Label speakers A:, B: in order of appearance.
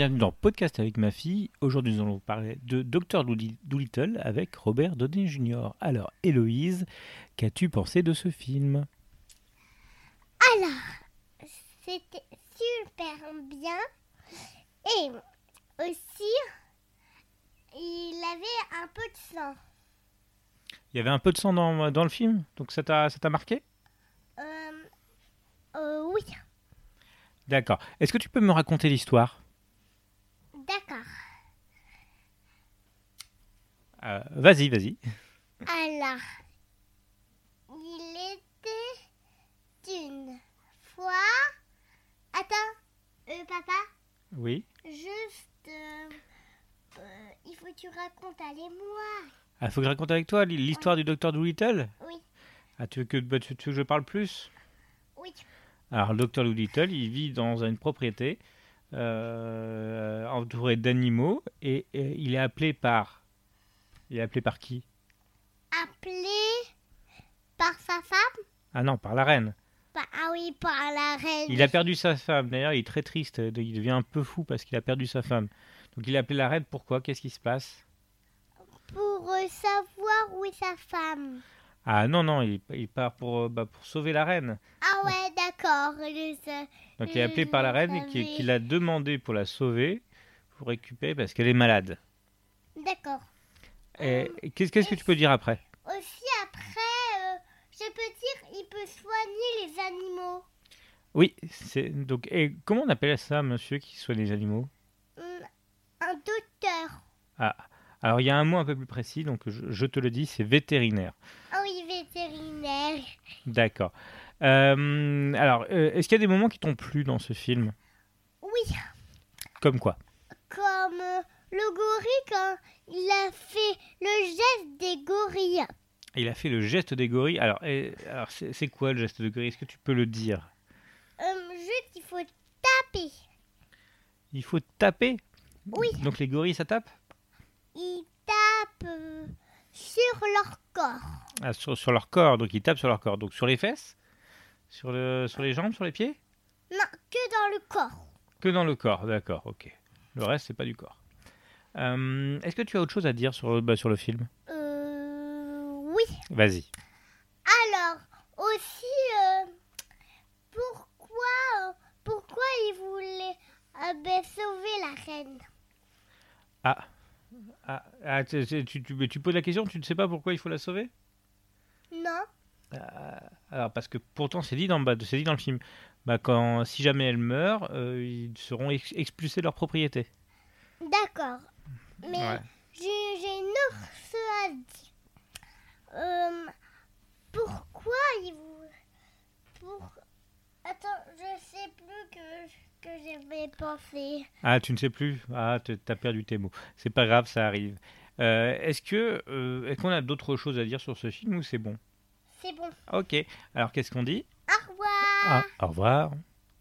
A: Bienvenue dans Podcast avec ma fille. Aujourd'hui, nous allons vous parler de Docteur Doolittle avec Robert Downey Jr. Alors, Héloïse, qu'as-tu pensé de ce film
B: Alors, c'était super bien. Et aussi, il avait un peu de sang.
A: Il y avait un peu de sang dans, dans le film, donc ça t'a ça t'a marqué
B: Euh, euh, oui,
A: D'accord. Est-ce que tu peux me raconter l'histoire
B: d'accord.
A: Euh, Vas-y, vas-y.
B: Alors, il était une fois... Attends, euh, papa,
A: Oui.
B: juste... euh, euh, il faut que tu racontes, allez-moi.
A: Il Ah, faut que je raconte avec toi l'histoire du Docteur Doolittle
B: Oui.
A: Ah, tu veux que, bah, tu- tu veux que je parle plus
B: Oui,
A: Alors, le docteur Doolittle, il vit dans une propriété euh, entourée d'animaux et, et il est appelé par. Il est appelé par qui
B: appelé par sa femme.
A: Ah non, par la reine.
B: Bah, ah oui, par la reine.
A: Il a perdu sa femme. D'ailleurs, il est très triste. Il devient un peu fou parce qu'il a perdu sa femme. Donc, il est appelé la reine. Pourquoi Qu'est-ce qui se passe
B: Pour euh, savoir où est sa femme.
A: Ah non, non, il, il part pour, euh, bah, pour sauver la reine.
B: Ah ouais, d'accord. le- ce-
A: Donc, il est appelé par la reine et qui, qui l'a demandé pour la sauver, pour récupérer parce qu'elle est malade.
B: D'accord.
A: Et, et qu'est-ce qu'est-ce que tu peux dire après
B: Aussi, après, euh, je peux dire, il peut soigner les animaux.
A: Oui, c'est donc et comment on appelle ça, monsieur, qui soigne les animaux
B: Hum, Un docteur.
A: Ah, alors il y a un mot un peu plus précis, donc je, je te le dis, c'est vétérinaire.
B: Ah oui, vétérinaire.
A: D'accord. Euh, alors, euh, est-ce qu'il y a des moments qui t'ont plu dans ce film
B: Oui,
A: Comme quoi
B: comme euh, le gorille quand il a fait le geste des gorilles.
A: Il a fait le geste des gorilles. Alors, et- alors c'est c'est quoi le geste de gorille Est-ce que tu peux le dire
B: Hum, juste, il faut taper.
A: Il faut taper
B: Oui.
A: Donc les gorilles, ça tape
B: Ils tapent euh, sur leur corps.
A: Ah, sur, sur leur corps, donc ils tapent sur leur corps. Donc sur les fesses sur, le, sur les jambes Sur les pieds
B: Non, que dans le corps.
A: Que dans le corps, d'accord, ok. Le reste, c'est pas du corps. Euh, Est-ce que tu as autre chose à dire sur, bah, sur le film
B: Euh, oui.
A: Vas-y.
B: Alors, aussi, euh, pourquoi, euh, pourquoi ils voulaient euh, ben, sauver la reine
A: Ah, ah, ah, tu, tu- tu- tu- mais tu poses la question, tu ne sais pas pourquoi il faut la sauver
B: Non
A: Alors, parce que pourtant, c'est dit, dans- bah, c'est dit dans le film. Bah, quand, si jamais elle meurt, euh, ils seront ex- expulsés de leur propriété.
B: D'accord. Mais
A: Ouais.
B: j'ai j'ai une autre chose à dire. Euh, pourquoi ils vou- Pour... Attends, je sais plus que, que j'avais pensé.
A: Ah, tu ne sais plus Ah, tu as perdu tes mots. C'est pas grave, ça arrive. Euh, Est-ce que euh, est-ce qu'on a d'autres choses à dire sur ce film ou c'est bon
B: C'est bon.
A: Ok. Alors, qu'est-ce qu'on dit
B: Au revoir
A: Ah, Au revoir.